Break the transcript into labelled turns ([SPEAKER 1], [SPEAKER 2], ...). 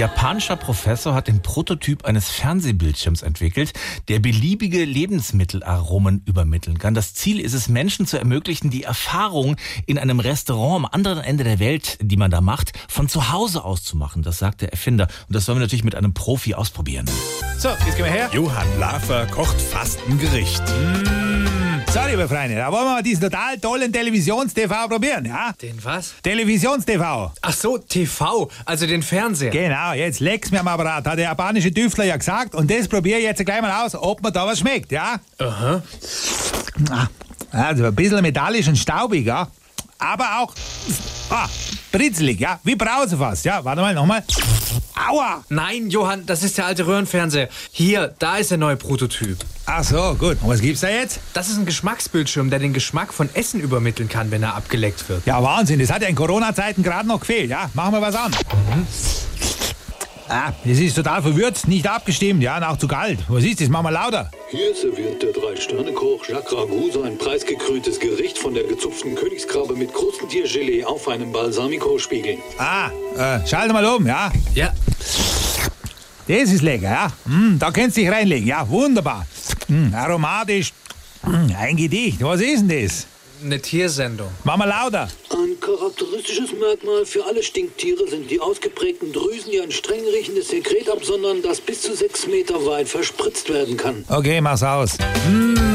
[SPEAKER 1] japanischer Professor hat den Prototyp eines Fernsehbildschirms entwickelt, der beliebige Lebensmittelaromen übermitteln kann. Das Ziel ist es, Menschen zu ermöglichen, die Erfahrung in einem Restaurant am anderen Ende der Welt, die man da macht, von zu Hause aus zu machen. Das sagt der Erfinder. Und das sollen wir natürlich mit einem Profi ausprobieren.
[SPEAKER 2] So, jetzt gehen wir her.
[SPEAKER 3] Johann Lafer kocht fast ein Gericht.
[SPEAKER 2] Mm. So, liebe Freunde, da wollen wir mal diesen total tollen Televisions-TV probieren, ja?
[SPEAKER 4] Den was?
[SPEAKER 2] Televisions-TV.
[SPEAKER 4] Ach so, TV, also den Fernseher.
[SPEAKER 2] Genau, jetzt leck's mir am Apparat, hat der japanische Tüftler ja gesagt. Und das probiere ich jetzt gleich mal aus, ob mir da was schmeckt, ja?
[SPEAKER 4] Aha.
[SPEAKER 2] Ah, Also ein bisschen metallisch und staubig, ja? Aber auch ah, britzelig, ja? Wie Brause fast, ja? Warte mal, nochmal. Aua!
[SPEAKER 4] Nein, Johann, das ist der alte Röhrenfernseher. Hier, da ist der neue Prototyp.
[SPEAKER 2] Ach so, gut. Und was gibt's da jetzt?
[SPEAKER 4] Das ist ein Geschmacksbildschirm, der den Geschmack von Essen übermitteln kann, wenn er abgeleckt wird.
[SPEAKER 2] Ja, Wahnsinn, das hat ja in Corona-Zeiten gerade noch gefehlt, ja? Machen wir was an. Ah, das ist total verwirrt, nicht abgestimmt, ja, und auch zu kalt. Was ist das? Machen wir lauter.
[SPEAKER 5] Hier serviert der Drei-Sterne-Koch Jacques Ragout sein preisgekröntes Gericht von der gezupften Königskrabbe mit Krustentiergelee auf einem Balsamico-Spiegel.
[SPEAKER 2] Ah, äh, schalte mal um, ja.
[SPEAKER 4] Ja,
[SPEAKER 2] Das ist lecker, ja. Mm, da kannst du dich reinlegen, ja, wunderbar. Mm, aromatisch, mm, ein Gedicht. Was ist denn das?
[SPEAKER 4] eine Tiersendung.
[SPEAKER 2] Machen wir lauter.
[SPEAKER 5] Ein charakteristisches Merkmal für alle Stinktiere sind die ausgeprägten Drüsen, die ein streng riechendes Sekret absondern, das bis zu sechs Meter weit verspritzt werden kann.
[SPEAKER 2] Okay, mach's aus. Mm,